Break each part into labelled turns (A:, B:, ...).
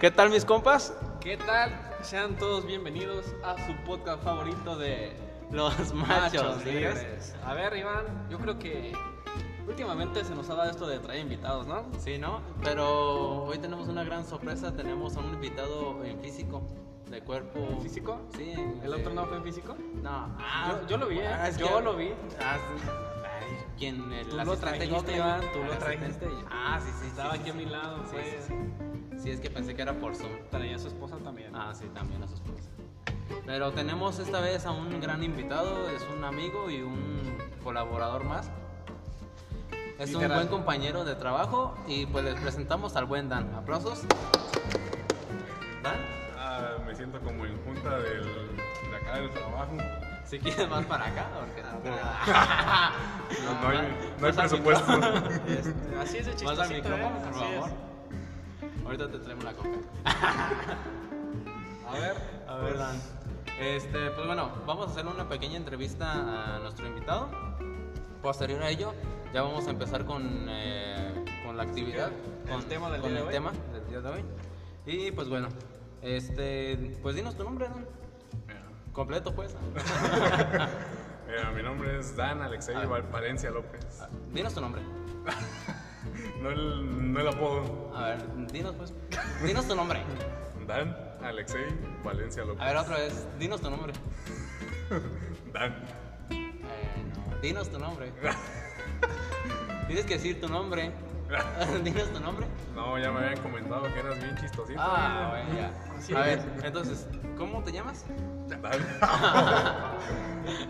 A: ¿Qué tal mis compas?
B: ¿Qué tal? Sean todos bienvenidos a su podcast favorito de Los Machos, libres. A ver, Iván, yo creo que últimamente se nos ha dado esto de traer invitados, ¿no?
A: Sí, ¿no? Pero hoy tenemos una gran sorpresa, tenemos a un invitado en físico, de cuerpo...
B: ¿En físico?
A: Sí.
B: ¿El
A: de-
B: otro no fue en físico?
A: No.
B: Yo- yo lo vi, ¿eh?
A: ah, es
B: Yo
A: que-
B: lo vi.
A: Ah, sí. Ay, ¿Quién? El
B: Tú lo
A: asistente
B: trajiste,
A: Ghostly.
B: Iván, tú
A: Ah,
B: lo
A: el
B: trajiste.
A: asistente. Ah, sí, sí, sí.
B: Estaba
A: sí,
B: aquí a
A: sí.
B: mi lado,
A: Sí,
B: pues.
A: sí, sí. Sí, es que pensé que era por Zoom.
B: Traía a su esposa también.
A: Ah, sí, también a sus cosas. Pero tenemos esta vez a un gran invitado, es un amigo y un colaborador más. Es
B: Literal.
A: un buen compañero de trabajo y pues les presentamos al buen Dan. Aplausos. Dan,
C: Ah, me siento como en junta del, de acá del trabajo.
A: si quieres más para acá, porque
C: No, no hay, no hay
A: Más al
C: presupuesto.
B: Este, Así es de
A: Más
B: chistosito,
A: al micrófono,
B: ¿eh?
A: por
B: Así es.
A: favor. Ahorita te traemos la coca.
B: A ver, Pues,
A: A ver, Dan. Este, pues bueno, vamos a hacer una pequeña entrevista a nuestro invitado. Posterior a ello, ya vamos a empezar con, eh, con la actividad,
B: el
A: con
B: tema del
A: con
B: día de
A: el
B: hoy.
A: tema del día de hoy. Y pues bueno, este, pues dinos tu nombre, Dan.
C: Mira,
A: Completo, pues.
C: mira, mi nombre es Dan Alexei
A: Ah.
C: Val- Valencia López.
A: Dinos tu nombre.
C: No el, no el apodo.
A: A ver, dinos, pues. Dinos tu nombre.
C: Dan Alexei Valencia López.
A: A ver, otra vez, dinos tu nombre.
C: Dan.
A: Eh, no, dinos tu nombre. Tienes que decir tu nombre. dinos tu nombre.
C: No, ya me habían comentado que eras bien chistosito.
A: Ah,
C: Eh,
A: bueno,
B: Así
A: ya. A
B: es.
A: ver, entonces, ¿cómo te llamas?
C: Dan.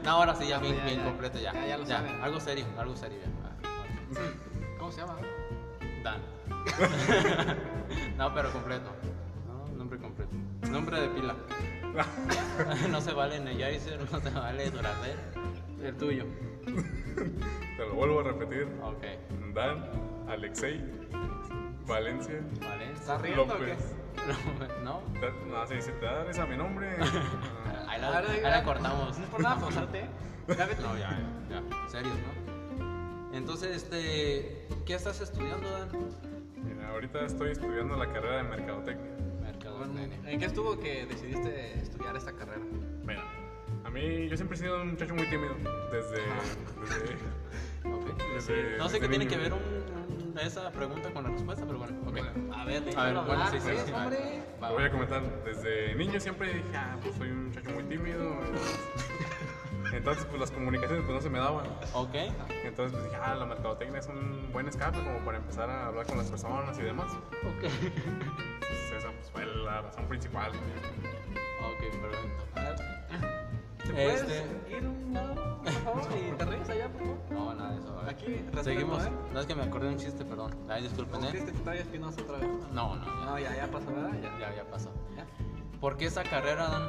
A: No, ahora sí, ya bien,
B: Ya,
A: bien
B: ya,
A: completo ya.
B: ya, ya lo saben.
A: Algo serio, algo serio ya. Ah,
B: ¿cómo se llama?
A: ok. Dan. no, pero completo. No, nombre completo. Nombre de pila. no se vale Neyacer, no se vale Duracell. El tuyo.
C: Te lo vuelvo a repetir.
A: Ok.
C: Dan Alexei Valencia.
A: Vale.
B: ¿Estás riendo o qué?
C: López.
A: No.
C: Da- No, sí, si te dan esa mi nombre. ah,
A: Ahí la, ahí la cortamos.
B: No es por nada forzarte, ¿eh? Ya vete.
A: No, ya, ya. Serios, ¿no? Entonces, este. ¿Qué estás estudiando, Dan?
C: mira, ahorita estoy estudiando la carrera de mercadotecnia.
A: Mercadotecnia.
B: ¿En qué estuvo que decidiste estudiar esta carrera?
C: Bueno, a mí yo siempre he sido un muchacho muy tímido desde, desde-
A: Ok.
C: desde-
A: Ah. No sé
C: desde
A: qué tiene
C: niño.
A: que ver un- un- esa pregunta con la respuesta, pero bueno. ok.
B: A ver,
A: A ver,
B: déjalo
A: bueno,
B: hablar,
A: sí, sí,
B: pues,
A: sí.
B: hombre.
A: Va,
C: Te voy a
A: va.
C: comentar, desde niño siempre dije, ah, pues soy un muchacho muy tímido. Entonces, pues las comunicaciones pues, no se me daban.
A: Ok.
C: Entonces, pues dije, ah, la mercadotecnia es un buen escape como para empezar a hablar con las personas y demás.
A: Ok.
C: Pues, esa pues, fue la razón principal.
A: Ok, perfecto.
B: A ver, ¿te puedes
A: Este.
B: ir un lado, por favor, y te regresas allá, por favor?
A: No, nada de eso. a ver.
B: Aquí, respeto,
A: Seguimos.
B: ¿eh?
A: No es que me acordé de un chiste, perdón. Ay, disculpen,
B: ¿Crees
A: ¿eh?
B: que te trae espinosa otra vez?
A: No, no,
B: No, ya, ya pasó, ¿verdad?
A: ya,
B: Ya,
A: ya, ya pasó.
B: ya.
A: ¿Por qué esa carrera, Dan?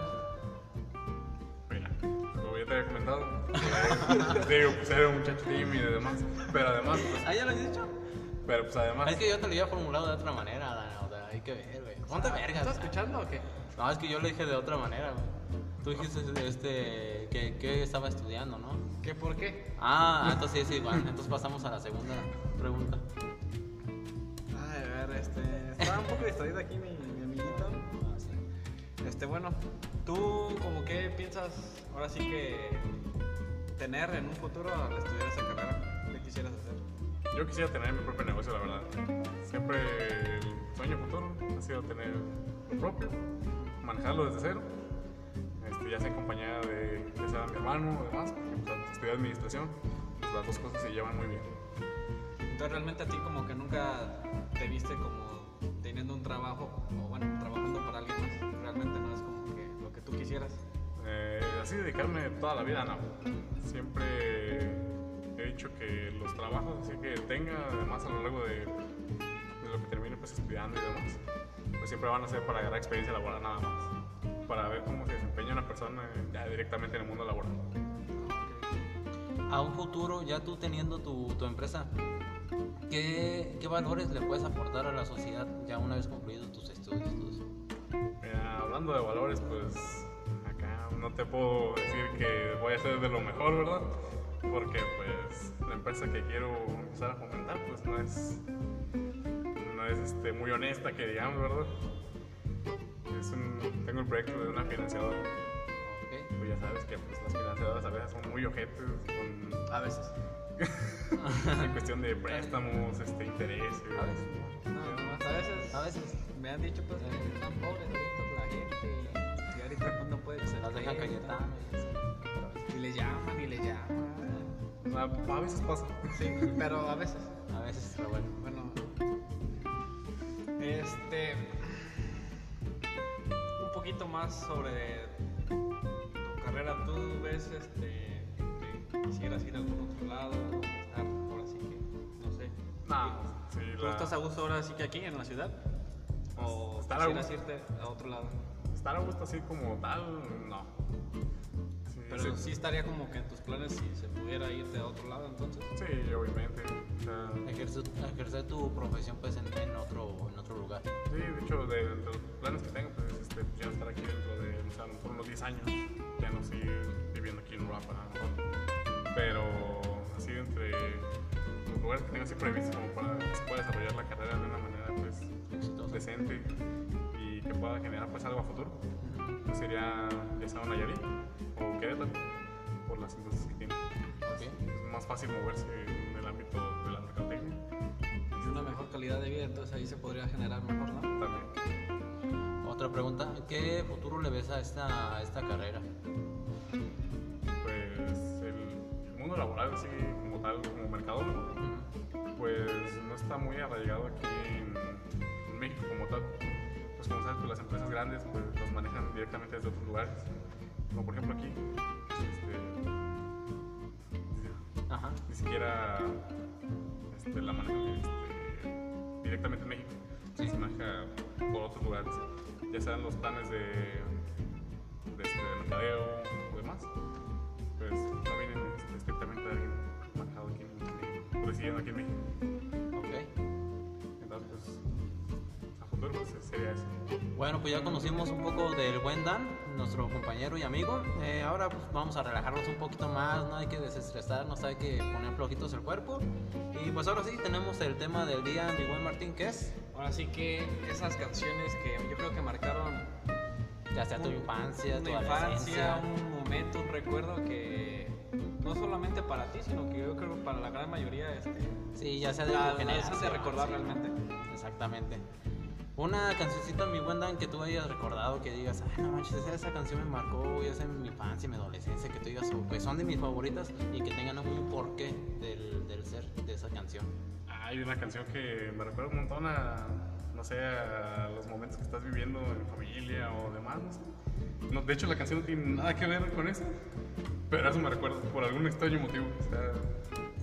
C: Mira, como ya te había comentado, eh, digo, pues era un muchacho tímido y demás. Pero además, pues,
A: Ah, ya lo has dicho.
C: pero pues además.
A: Es que yo te lo había formulado de otra manera, Dan. O sea, hay que ver, güey. Ponte verga.
B: ¿Estás escuchando o Ah, qué?
A: No, es que yo lo dije de otra manera, güey. Tú dijiste este, que, que estaba estudiando, ¿no?
B: ¿Qué por qué?
A: Ah, entonces sí es igual. Entonces pasamos a la segunda pregunta.
B: Ay, a ver, este, estaba un poco distraído aquí mi, mi amiguito. Este, bueno, ¿tú como qué piensas ahora sí que tener en un futuro al estudiar esa carrera? ¿Qué quisieras hacer?
C: Yo quisiera tener mi propio negocio, la verdad. Siempre el sueño futuro ha sido tener lo propio, manejarlo desde cero. Este, ya sea en compañía de, ya sea mi hermano o demás, porque pues, estudié administración, pues, las dos cosas se llevan muy bien.
B: Entonces realmente a ti como que nunca te viste como teniendo un trabajo o bueno, trabajando para alguien más. Realmente no es como que lo que tú quisieras.
C: Eh, así dedicarme toda la vida, no. Siempre he dicho que los trabajos así que tenga, además a lo largo de, de lo que termine pues, estudiando y demás, pues siempre van a ser para agarrar experiencia laboral nada más. Para ver cómo se desempeña una persona eh, ya directamente en el mundo laboral.
A: A un futuro, ya tú teniendo tu, tu empresa, ¿qué, qué valores le puedes aportar a la sociedad ya una vez cumplidos tus estudios? tus-
C: Mira, hablando de valores, pues acá no te puedo decir que voy a ser de lo mejor, ¿verdad? Porque pues la empresa que quiero empezar a fomentar pues no es, no es este, muy honesta, que digamos, ¿verdad? es un, tengo el proyecto de una financiadora.
A: Ok.
C: Pues ya sabes que pues, las financiadoras a veces son muy ojetes con-
A: A veces.
C: en cuestión de préstamos, este, intereses.
A: A veces.
B: No, nomás a veces.
A: A veces. Eh.
B: Me han dicho pues que están pobres ahorita la gente y- y ahorita cuando puede
A: Se las dejan cayetar.
B: Y les llaman y les llaman.
C: O sea, a veces pasa.
B: Sí, pero a veces.
A: A veces, pero bueno.
B: Bueno. Este. Un poquito más sobre tu carrera. ¿Tú ves este, que quisieras ir a algún otro lado? Estar ahora sí que, no sé.
C: No, sí,
B: ¿Tú
C: la-
B: estás a gusto ahora sí que aquí en la ciudad? ¿O
C: Estar a
B: quisieras
C: gusto.
B: irte a otro lado?
C: estar a gusto así como tal, no. Sí,
B: Pero sí. estaría como que en tus planes si se pudiera irte a otro lado entonces.
C: sí, obviamente. O sea,
A: Ejercer, ejercer tu profesión pues en, en otro, en otro lugar.
C: Sí, de hecho, de, de los planes que tengo, pues es este, ya estar aquí dentro de, o sea, a lo mejor unos 10 años, ya no seguir viviendo aquí en Europa, a lo mejor. Pero así entre los lugares que tengo así previstos como para que se pueda desarrollar la carrera de una manera pues
A: Exitoso.
C: decente y que pueda generar pues algo a futuro, pues sería ya sea Nayarit o Querétaro, por las industrias que tiene.
A: Ok.
C: Es más fácil moverse en el ámbito de la mercadotecnia
B: Y una mejor calidad de vida, entonces ahí se podría generar mejor, ¿no?
C: también.
A: Otra pregunta. ¿Qué futuro le ves a esta, a esta carrera?
C: pues el mundo laboral así como tal, como mercado, pues no está muy arraigado aquí en, en México como tal. Pues como sabes, pues, las empresas grandes pues los manejan directamente desde otros lugares, como por ejemplo aquí. este,
A: Ajá.
C: ni siquiera este, la manejan este, directamente en México,
A: Sí.
C: se maneja por otros lugares, ya sean los planes de, de, este, de mercadeo o demás, pues no vienen este, estrictamente de alguien manejado aquí en México, residiendo aquí en México.
A: Ok.
C: Entonces, pues, a futuro pues, sería eso.
A: Bueno, pues ya conocimos un poco del buen Dan, nuestro compañero y amigo. Eh, ahora pues vamos a relajarnos un poquito más, no hay que desestresarnos, hay que poner flojitos el cuerpo. Y pues ahora sí tenemos el tema del día, mi buen Martín, que es
B: Ahora sí que esas canciones que yo creo que marcaron
A: ya sea tu
B: un-
A: infancia, tu
B: una infancia,
A: adolescencia.
B: un momento, un recuerdo que no solamente para ti, sino que yo creo que para la gran mayoría este,
A: Sí, ya sea de
B: la,
A: tu
B: la haces de
A: generación,
B: recordar
A: sí.
B: realmente.
A: Exactamente. Una cancioncita, mi buen Dan, que tú hayas recordado, que digas, ay, no manches, esa, esa canción me marcó, ya sea en mi infancia, en mi adolescencia, que tú digas, "Oh, pues son de mis favoritas y que tengan un porqué del, del ser de esa canción.
C: Hay una canción que me recuerda un montón a, no sé, a los momentos que estás viviendo en familia o demás. no sé. No, de hecho, la canción no tiene nada que ver con eso, pero eso me recuerda por algún extraño motivo. O sea,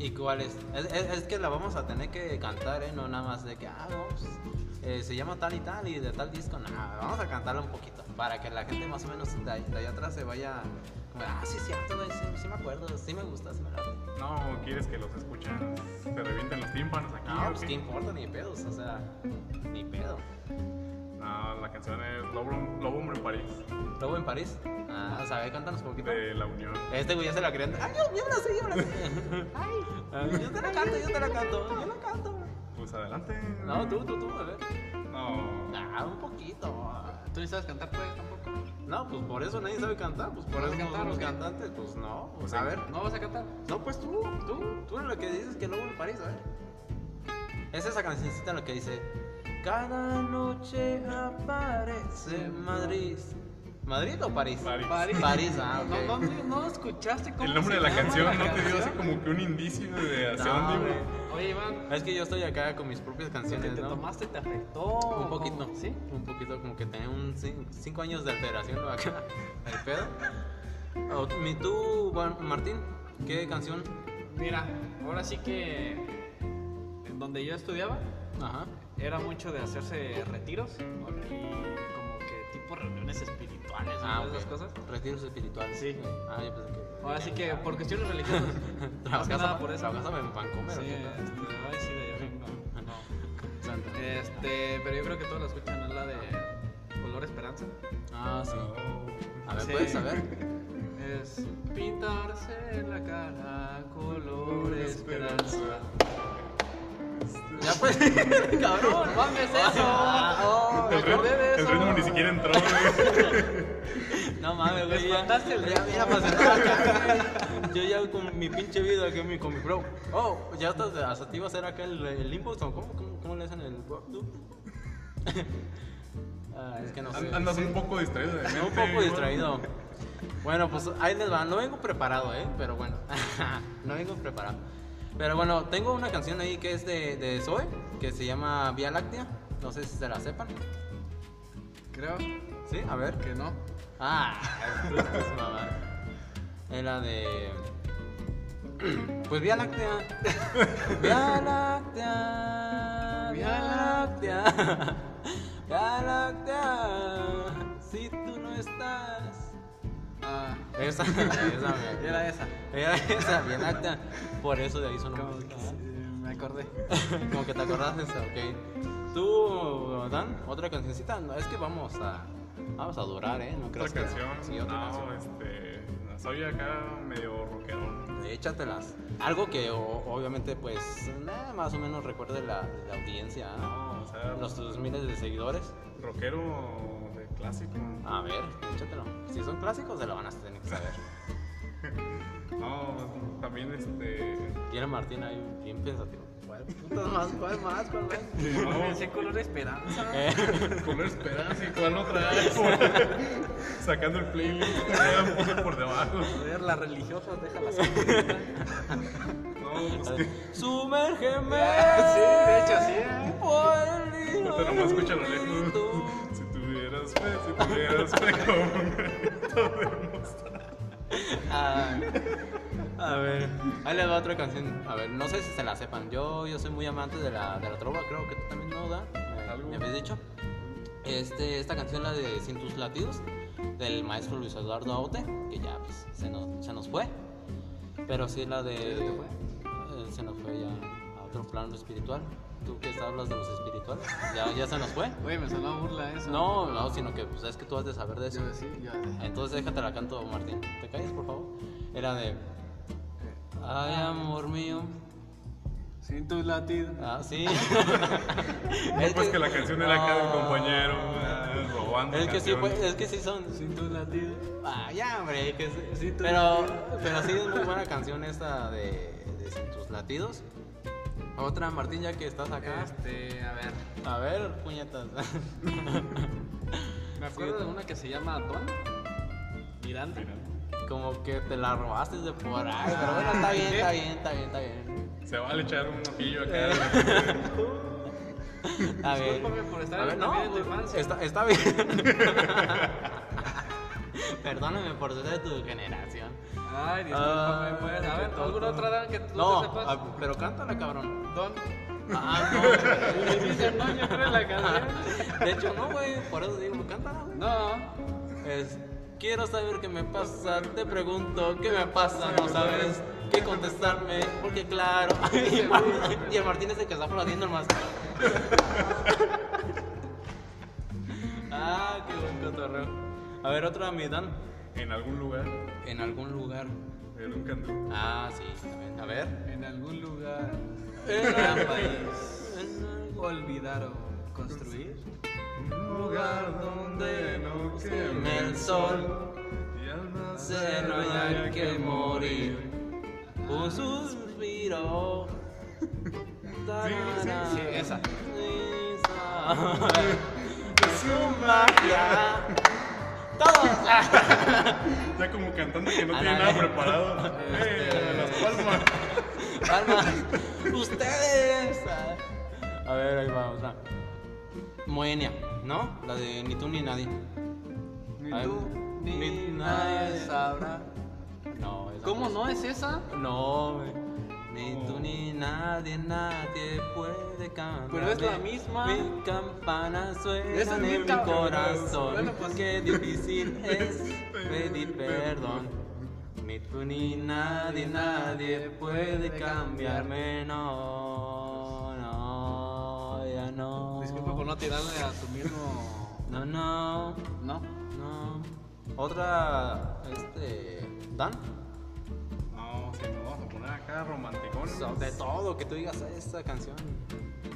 A: ¿Y cuál es? Es, es- es que la vamos a tener que cantar, ¿eh? No nada más de que, ah, no, pues, eh, se llama tal y tal y de tal disco. No, vamos a cantarla un poquito para que la gente más o menos de, ahí- de allá atrás se vaya, como, ah, sí, es cierto, güey, sí, sí me acuerdo, sí me gusta, sí me late".
C: no quieres que los escuchen, te revienten los tímpanos aquí.
A: No,
C: ¿o
A: pues
C: qué?
A: qué importa, ni pedos, o sea, ni pedo.
C: No, la canción es Lobo, Lobo Hombre en París,
A: Luego en París, ah, o sea, a ver, cántanos un poquito.
C: de La Unión.
A: Este güey ya se la crean. Ay, yo, yo me la sé, yo me la sé.
B: Ah.
A: Ay, yo te la canto, yo te la canto, yo la canto.
C: Pues adelante.
A: No, tú, tú, tú, a ver.
C: No.
A: Ah, un poquito.
B: ¿Tú ni sabes cantar pues tampoco?
A: No, pues por eso nadie sabe cantar, pues por
B: ¿No
A: eso
B: sabes
A: no
B: cantar,
A: somos
B: o qué?
A: cantantes, pues no, pues
C: Sí.
A: a ver.
B: ¿No vas a cantar?
A: No, pues tú, tú, tú eres lo que dices que luego en París, a ver. Es esa cancioncita lo que dice, cada noche aparece Madrid. ¿Madrid o París?
C: París.
A: París, ah, ok.
B: no, no, no escuchaste cómo
C: Pues, El nombre de
B: se
C: la
B: llama
C: canción no te dio así
B: canción?
C: como que un indicio de hacia
A: No,
C: dónde iba.
A: güey.
B: Oye, Iván,
A: Es que yo estoy acá con mis propias
B: lo que
A: canciones,
B: te
A: ¿no?
B: tomaste te afectó.
A: Un
B: ¿cómo?
A: poquito,
B: ¿Sí?
A: Un poquito, como que tenía un cin- cinco años de alteración ¿no? acá. El pedo. Oh, mi- tú, Juan- Martín, ¿qué canción?
B: Mira, ahora sí que en donde yo estudiaba
A: Ajá.
B: era mucho de hacerse retiros y como que tipo reuniones espirituales y
A: Ah,
B: todas esas
A: ok.
B: cosas.
A: Retiros espirituales.
B: Sí.
A: Ah, yo pensé que.
B: Ahora sí que por cuestiones religiosas. más que nada
A: Trabajásame,
B: por eso.
A: trabajásame en Vancouver.
B: Sí,
A: ¿o qué?
B: este, ay, sí, de allá vengo. No.
A: Santo.
B: Este, pero yo creo que todos la escuchan, es la de Color Esperanza.
A: Ah, sí. A ver,
B: Sí.
A: puedes saber.
B: Es pintarse la cara color esperanza.
A: Ya pues, cabrón.
B: mames eso!
A: Ah, oh,
B: me
C: el, ritmo,
B: acordé de
C: el
B: eso.
C: ritmo ni siquiera entró, güey.
A: No mames, güey.
B: Les
A: ya-
B: contaste el
A: ya, mira, pues, no, acá, güey. Yo ya con mi pinche vida, que mi, con mi bro. Oh, ya hasta, hasta te iba a hacer acá el, el inbox, ¿o ¿cómo, cómo, cómo le hacen el bro? tú? ah, es que no sé.
C: An- Andas un poco distraído. de
A: Un
C: mente,
A: poco
C: igual.
A: distraído. Bueno, pues ahí les va. No vengo preparado, ¿eh? Pero bueno, no vengo preparado. Pero bueno, tengo una canción ahí que es de, de Zoe, que se llama Vía Láctea. No sé si se la sepan.
B: Creo
A: Sí, a ver.
B: que no.
A: Ah, tú estás mamá. Ah, Era de. Pues Vía Láctea. Vía Láctea. Vía Láctea. Vía Láctea. Si tú no estás.
B: Ah,
A: Esa, esa me-
B: era esa.
A: Era esa, Vía Láctea. Por eso de ahí sonó.
B: Como
A: mucho,
B: que sí,
A: ¿eh?
B: me acordé.
A: Como que te acordás de eso, ok. Tú, Dan, otra cancioncita. No, es que vamos a. Vamos a durar, ¿eh? No
C: Otra
A: creas que-
C: canción.
A: Sí, otra
C: no,
A: canción.
C: este. Soy acá medio rockerón.
A: Échatelas. Algo que o- obviamente pues nada más o menos recuerde la, la audiencia, ¿no?
C: No, o sea,
A: los tus miles de seguidores.
C: rockero de clásico.
A: A ver, échatelo. Si son clásicos se lo van a tener que saber.
C: No, también este.
A: Y era Martín ahí bien pensativo. ¿Cuál putas más? ¿Cuál más? ¿Cuál más?
B: Ese color esperanza.
A: Eh,
C: Color esperanza y cuál otra hay? Sacando el playlist, ya un poco por debajo.
B: A ver, las religiosas, déjalas. ahorita.
C: No, pues que.
A: Sumérgeme.
B: Sí, de hecho, sí, ¿eh?
A: Por el
C: No te nomás escucha a lo lejos. Si tuvieras fe, si tuvieras fe, como un grito de mostaza.
A: Ah, a ver, ahí les va otra canción. A ver, no sé si se la sepan. Yo, yo soy muy amante de la, de la trova, creo que tú también no da.
C: Algo.
A: Me habías dicho. Este, esta canción, la de Sin tus latidos, del maestro Luis Eduardo Aute, que ya pues, se, nos, se nos fue. Pero sí, la de.
B: ¿Ya te fue?
A: Eh, se nos fue ya a otro plano espiritual. Tú que hablas de los espirituales, ya, ya se nos fue.
B: Güey, me sonó burla eso.
A: No, no, sino que pues, es que tú has de saber de eso.
B: Yo sí, yo.
A: Entonces déjate la canto, Martín. ¿Te calles, por favor? Era de. Ay, amor mío.
B: Sin tus latidos.
A: Ah, sí.
C: No,
A: Es
C: pues que la canción era acá de un
A: Ah.
C: compañero, eh, robando.
A: Es que sí,
C: canciones.
A: fue- es que sí son.
B: Sin tus latidos.
A: Ah, ya, hombre. que sí-
B: Sí, tú-
A: pero, pero sí es muy buena canción esta de, de Sin tus latidos. Otra, Martín, ya que estás acá.
B: Este, a ver.
C: Ah.
A: A ver, puñetas.
B: Me acuerdo de una que se llama Don Miranda.
A: Como que te la robaste de por ahí. Pero bueno, está bien, está bien, está bien, está bien.
C: Se va a echar un ojillo acá.
A: A ver.
B: Discúlpame por estar
A: A ver,
B: en la vida de tu
A: pues,
B: infancia.
A: Está, está bien. Perdóname por ser de tu generación.
B: Ay, discúlpame,
A: Ah,
B: pues. A ver,
A: qué
B: ¿alguna
A: tonto.
B: otra Dan que tú
A: No,
B: te sepas?
A: ah, pero cántala, cabrón.
B: Don.
A: Ah, no.
B: Le dicen Don, yo creo, en la canción.
A: De hecho, no, güey. Por eso digo, cántala, güey.
B: No.
A: Es. Quiero saber qué me pasa, te pregunto qué me pasa, no sabes qué contestarme, porque claro. Y el Martín, y el Martín es el que está aplaudiendo más. Ah, qué buen cotorreo. A ver, otra mi Dan.
C: En algún lugar,
A: En algún lugar.
C: en un canto.
A: Ah, sí, también. A ver.
B: En algún lugar,
A: En
B: en
A: algún
B: gran país, olvidar o construir.
C: Un lugar donde no
A: En
C: queme
A: el sol
C: y alma
A: se no hay que morir. Un suspiro. Tarara.
B: sí, sí, esa.
A: Esa. Es su magia. Todos.
C: Ya como cantante que no
A: Ándale.
C: tiene nada preparado.
A: Este.
C: Eh, las palmas.
A: Palmas. Ustedes. A ver, ahí va otra. Moenia, ¿no? La de ni tú ni nadie.
B: Ni
A: Ay,
B: tú
A: ni
B: ni nadie
A: nadie.
B: sabrá.
A: No, esa
B: ¿Cómo
A: es.
B: no es esa?
A: No, güey. Ni
C: No.
A: tú ni nadie, nadie puede cambiar.
B: Pero es la misma.
A: Mi campana
B: Esa
A: suena
B: es mi
A: en mi
B: campana.
A: corazón.
B: Bueno, pues- este,
A: Qué difícil es pedir
C: Perdón.
A: perdón. Ni tú ni nadie, nadie puede cambiarme. No, no, ya no.
B: Disculpa por no tirarle a tu mismo.
A: No, no,
B: No.
A: no. Otra, este. Dan.
C: No, si nos vamos a poner acá romanticones.
A: So- De todo, que tú digas esta canción.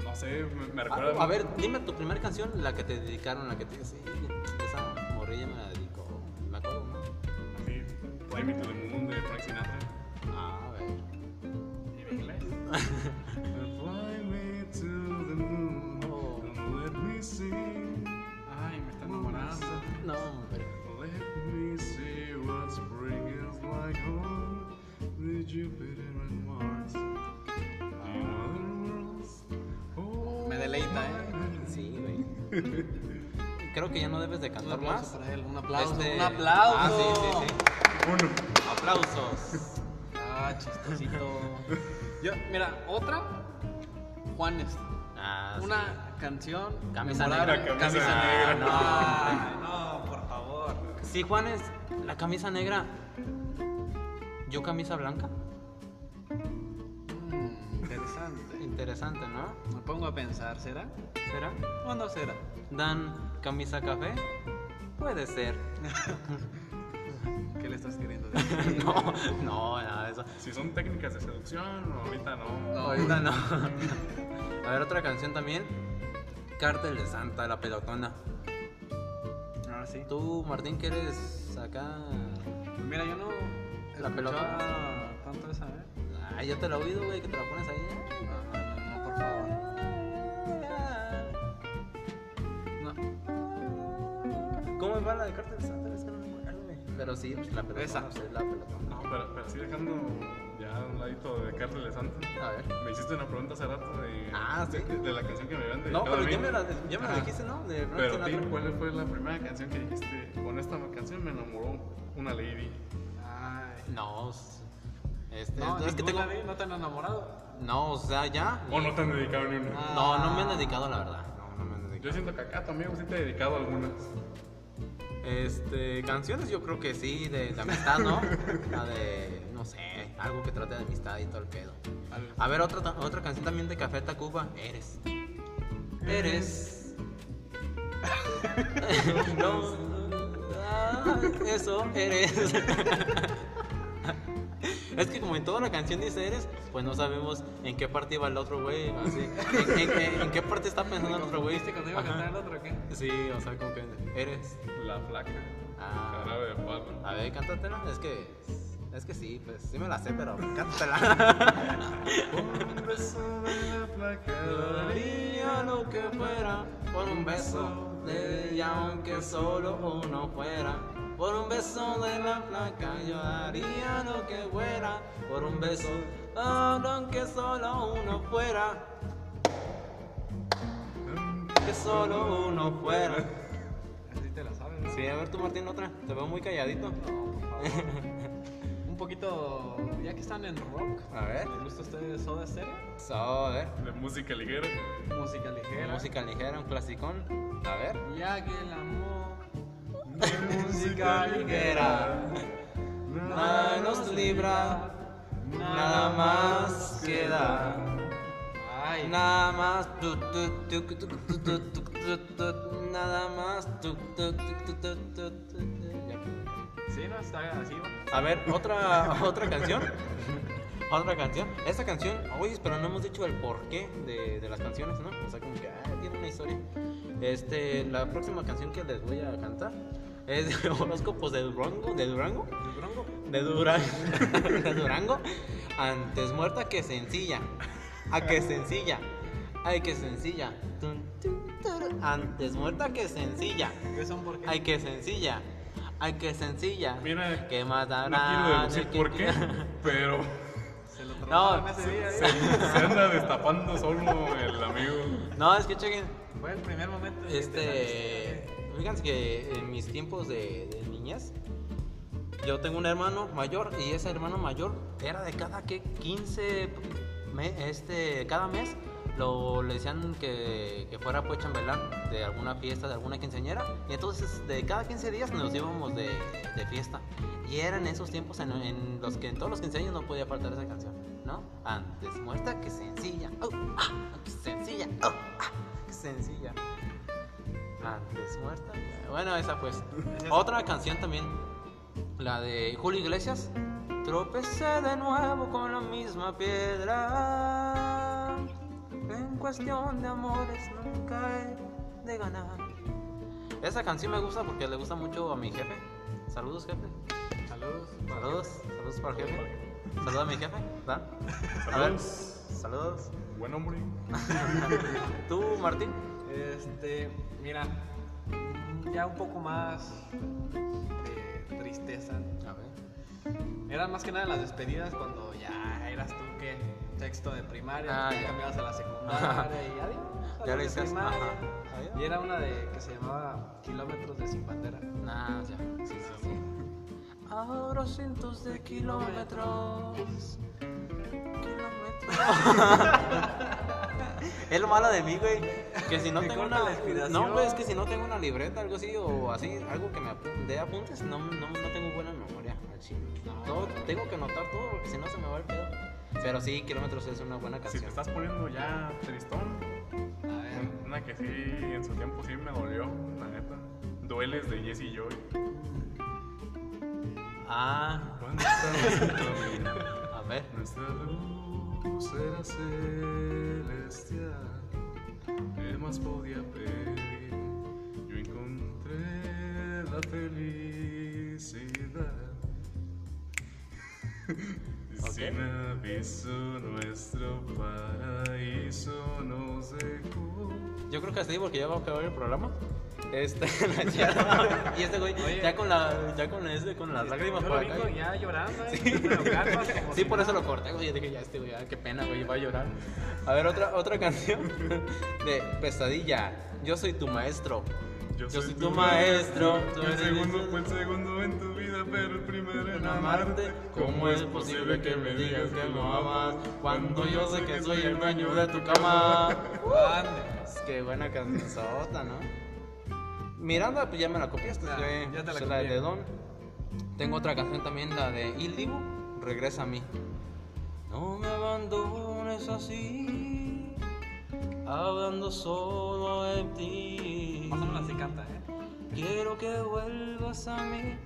C: no sé, me, me
A: A,
C: recuerda.
A: a ver, dime tu primera canción, la que te dedicaron, la que te. Sí, esa morrilla me la dedicó. Me acuerdo, ¿no?
C: Sí, Fly Me to the Moon de Frank Sinatra.
A: Ah, a ver.
C: En inglés. Fly me to the moon.
A: Oh.
C: and Let me see.
B: Ay, me está enamorando.
A: No, hombre.
C: Let me see what spring is like on the Jupiter and Mars. In other worlds, oh,
B: Me deleita, ¿eh?
A: Sí, güey. Creo que ya no debes de
B: Un
A: cantar
B: aplauso
A: más.
B: para él, un aplauso,
A: Este-
B: un aplauso.
A: Ah, sí, sí, sí.
C: Uno.
A: Aplausos.
B: Ah, chistosito. Yo, mira, otra. Juanes.
A: Ah, sí.
B: Una canción.
A: Camisa
B: memorable.
A: negra.
C: Camisa
A: Ah,
C: negra.
A: no.
B: Ah, no, por favor.
A: Sí, Juanes, la camisa negra. Yo camisa blanca.
B: Mm, interesante.
A: Interesante, ¿no?
B: Me pongo a pensar, ¿será?
A: ¿Será?
B: ¿O no será?
A: Dan camisa café. Puede ser.
B: ¿Qué le estás queriendo decir?
A: No, no, nada de eso.
C: Si son técnicas de seducción, ahorita no.
A: Ahorita no. A ver, otra canción también. Cártel de Santa, la pelotona. Ah,
B: Ahora sí.
A: Tú, Martín, que eres acá.
B: Pues Mira, yo no.
A: La pelota.
B: escuchaba Tanto esa, ¿eh?
A: Ay, ya te la he oído, güey, que te la pones ahí.
B: No, no, no, por favor. No.
A: ¿Cómo va la de Cártel de Santa? Es que no me acuerdo, güey. Pero sí, la pelotona.
B: Esa.
A: pues, es la pelotona.
C: No, pero, pero sí dejando ya a un ladito de Cartel de Santa.
A: A ver.
C: Me hiciste una pregunta hace rato de,
A: Ah, sí.
C: de, de la canción que me habían
A: No,
C: dedicado
A: pero
C: a mí.
A: ya me la, ya me la
C: Ajá.
A: dijiste, ¿no? De Frank
C: Pero
A: Sinatra.
C: Tim, ¿cuál fue la primera canción que dijiste? Con esta canción me enamoró una lady.
B: Ay.
A: No, s- este,
B: No,
A: es que tengo...
B: la vi, no te han enamorado.
A: No, o sea, ya.
C: O no te han dedicado ni una.
B: Ah.
A: No, no me han dedicado, la verdad. No, no me han
C: Yo
A: dedicado.
C: siento que acá tu amigo sí te he dedicado algunas.
A: Este, canciones yo creo que sí, de, de amistad, ¿no? La de, no sé, algo que trate de amistad y todo el pedo. A ver, otra, ta- otra canción también de Café Tacuba, Eres. Eres. no. ah, Eso, eres. Es que como en toda la canción dice eres, pues no sabemos en qué parte iba el otro güey, así. En, en- en- en qué parte está pensando el otro güey.
B: ¿Viste cuando iba a
A: Ajá.
B: cantar el otro o qué?
A: Sí, o sea, como que eres.
C: La flaca.
A: Ah.
C: Jarabe de palo.
A: A ver, cántatela. Es que. Es que sí, pues sí me la sé, pero cántatela.
C: Un beso de la flaca.
A: Daría lo que fuera por un beso de ella, aunque solo uno fuera. Por un beso de la flaca, yo daría lo que fuera. Por un beso, aunque solo uno fuera. Que solo uno fuera.
B: Así te la sabes, ¿no?
A: Sí, a ver tú, Martín, otra. Te veo muy calladito.
B: No, por favor. Un poquito. Ya que están en rock,
A: A ver.
B: ¿les gusta a ustedes Soda Stereo?
A: So, a ver.
C: De música ligera.
B: Música ligera.
A: Música ligera, un clasicón. A ver.
B: Ya que el amor.
C: De
B: música ligera.
A: Nada nos libra, nada más queda.
B: Ay.
A: Nada más tu, tu, tu, tu, tu, tu, tu, tu, tu, tu, nada más tu, tu, tu, tu, tu, tu, tu, tu. Ya.
B: Sí, no, está así, va.
A: A ver, otra otra canción. Otra canción. Esta canción, oye, pero no hemos dicho el porqué de, de las canciones, ¿no? O sea, como que ah, tiene una historia. Este, la próxima canción que les voy a cantar es de horóscopos de Durango, de Durango. De Durango. de Durango. Antes muerta que sencilla. A que sencilla. Ay, que sencilla. Tun, tun, tarun. Antes muerta que sencilla.
B: ¿Qué son por qué?
A: Ay, que sencilla. Ay, que sencilla.
C: Mira,
A: ¿Qué más
C: No
A: dará?
C: quiero deducir
A: que-
C: por qué, pero
B: Se lo tromparon ese día,
C: se,
B: ¿eh?
C: se anda destapando solo el amigo.
A: No, es que chequen.
B: Fue el primer momento. en que te
A: Este.
B: saliste, ¿eh?
A: Fíjense que en mis tiempos de, de niñez, yo tengo un hermano mayor y ese hermano mayor era de cada que 15. me- este, cada mes lo, le decían que, que fuera pues chambelán de alguna fiesta, de alguna quinceañera. Y entonces de cada 15 días nos íbamos de, de fiesta. Y eran esos tiempos en, en los que en todos los 15 años no podía faltar esa canción, ¿no? Antes muerta que sencilla. Oh, ah, que sencilla. Oh, ah, que sencilla. Antes muerta. Bueno, esa pues.
B: Esa es-
A: Otra canción también. La de Julio Iglesias. Tropecé de nuevo con la misma piedra. En cuestión de amores nunca he de ganar. Esa canción me gusta porque le gusta mucho a mi jefe. Saludos, jefe.
B: Saludos.
A: Saludos, saludos para el jefe. Saludos a mi jefe, ¿verdad? A ver,
C: Saludos.
A: saludos.
C: Buen hombre.
A: ¿Tú, Martín?
B: Este, mira, ya un poco más de tristeza.
A: A ver.
B: Eran más que nada las despedidas cuando ya eras tú que sexto de primaria,
A: Ah,
B: ya
A: ya.
B: cambiabas a la secundaria y adiós,
A: Ya le
B: adiós de
A: dices,
B: primaria.
A: ajá. Adiós.
B: Y era una de que se llamaba Kilómetros de Sin Bandera.
A: Nah, ya. Sí, sí, sí. Ahora cientos de kilómetros. Es lo malo de mí, güey. Que si no
B: Te
A: tengo
B: corta
A: una.
B: la inspiración.
A: No, güey, es que si no tengo una libreta, algo así, o así, algo que me apu- dé apuntes, no, no, no tengo buena memoria. al chile. Todo- tengo que anotar todo porque si no se me va el pedo. Pero sí, kilómetros es una buena
C: Si
A: canción.
C: te estás poniendo ya tristón,
B: A ver,
C: una que sí en su tiempo sí me dolió, la neta. Dueles de Jesse y Joy.
A: Ah,
C: ¿Cuándo estás
A: a ver.
C: Nuestra luz era celestial, ¿qué más podía pedir? Yo encontré la felicidad. Sin aviso, nuestro paraíso nos dejó.
A: Yo creo que así porque ya va a acabar el programa. Este, no es cierto. y este güey
B: Oye.
A: ya con la ya con ese- con las
B: este,
A: lágrimas
B: yo
A: por
B: lo
A: acá.
B: vi con- ya llorando, ¿eh? pero calmas, como
A: Sí,
B: si
A: por eso
B: nada.
A: lo corté, güey. Dije, ya este güey, ah, qué pena, güey, va a llorar. A ver, otra otra canción de Pesadilla. Yo soy tu maestro. Yo soy tu maestro, tú
C: Fue el,
A: eres
C: segundo,
A: mi-
C: fue el segundo en tu vida, pero el primero en
A: En amarte,
C: amarte.
A: ¿cómo es posible que me digas que lo amas cuando yo sé que soy el dueño de tu cama?
B: Ande.
A: Es que buena cancionzota, ¿no? Miranda, pues ya me la copiaste.
B: Ya,
A: güey.
B: ya te la
A: Pues la
B: copié.
A: de Don. Tengo otra canción también, la de Il Divo, Regresa a mí. No me abandones así, hablando solo de ti.
B: Más o menos así canta, ¿eh?
A: Quiero que vuelvas a mí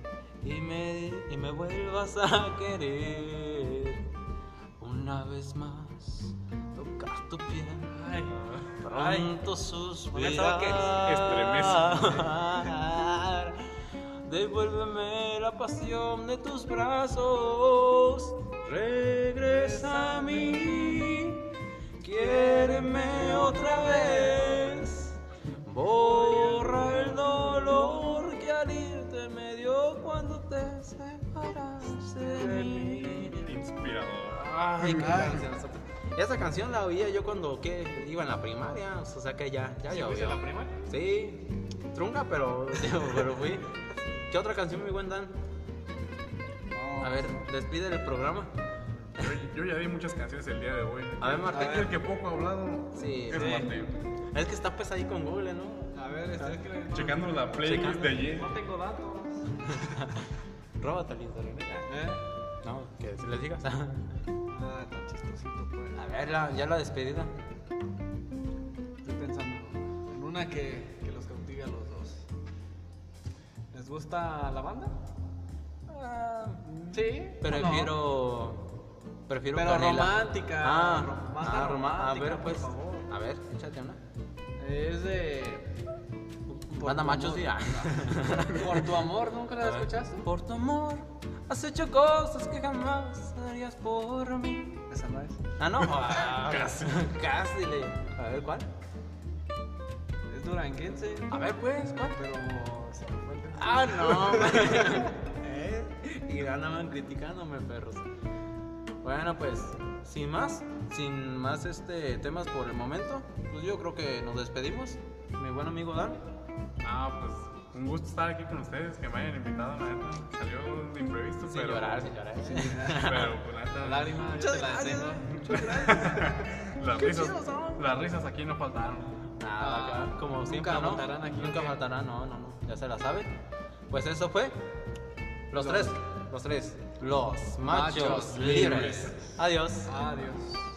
A: y me, y me vuelvas a querer. Una vez más, tocar tu piel.
B: Ay,
A: Pronto
B: pensaba que
A: suspirar. Devuélveme la pasión de tus brazos. Regresa a mí. Quiéreme otra vez. Borra el dolor que al irte me dio cuando te separaste de mí.
C: Inspirador.
A: Ay, qué
B: ay.
A: canción. Esa canción la oía yo cuando ¿qué? iba en la primaria, o sea que ya, ya
B: ¿Sí
A: yo
B: fuiste a la prima?
A: Sí, trunca, pero, pero fui. ¿Qué otra canción, mi buen Dan? A ver, despide el programa.
C: Yo- Yo ya di muchas canciones el día de hoy.
A: A ver, Martín.
C: Aquí el que poco ha hablado
A: Ah. Sí,
C: es
A: sí.
C: Martín.
A: Es que está pues ahí con Google, ¿no?
B: A ver, este, es que no-
C: Checando la playlist
A: Checando.
C: de ayer.
B: No tengo datos.
A: Róbate el internet.
B: ¿Eh?
A: No, que si les digas.
B: Ah, tan chistosito, pues.
A: A ver, la- ya la despedida.
B: Estoy pensando en una que, que los cautive a los dos. ¿Les gusta la banda? Ah, sí.
A: Pero
B: ¿o no?
A: prefiero. Prefiero
B: Pero
A: canela.
B: romántica,
A: Ah,
B: rom- banda
A: ah, romántica. A ver,
B: romántica,
A: pues.
B: por favor.
A: A ver, échate una.
B: Es de. Por
A: Banda
B: tu
A: machos,
B: amor.
A: dirá.
B: Por tu amor, ¿nunca la escuchaste?
A: Ah. Por tu amor, has hecho cosas que jamás harías por mí.
B: Esa no es.
A: Ah, no.
C: Casi.
A: Casi le. A ver, ¿cuál?
B: Es duranguense.
A: A ver, pues, ¿cuál?
B: Pero se me fue el tema.
A: Ah, no. ¿Eh? Y andaban criticándome, perros. Bueno, pues, sin más, sin más este temas por el momento, pues yo creo que nos despedimos. Mi buen amigo Dan.
C: Ah, pues un gusto estar aquí con ustedes, que me hayan invitado, la neta. Salió de imprevisto,
A: Sin
C: pero.
A: llorar, sin llorar.
C: Pero, pues, la neta,
B: Lágrima, yo te la dejo.
C: las, risas, las risas aquí no faltaron.
A: Nada, acá, Ah, como
B: Nunca
A: siempre, ¿no?
B: faltarán aquí,
A: Nunca
B: ¿o qué?
A: faltarán, no, no, no. Ya se la saben. Pues eso fue. Los, tres. Los tres. Los machos,
B: Machos
A: libres.
B: libres.
A: Adiós.
B: Adiós.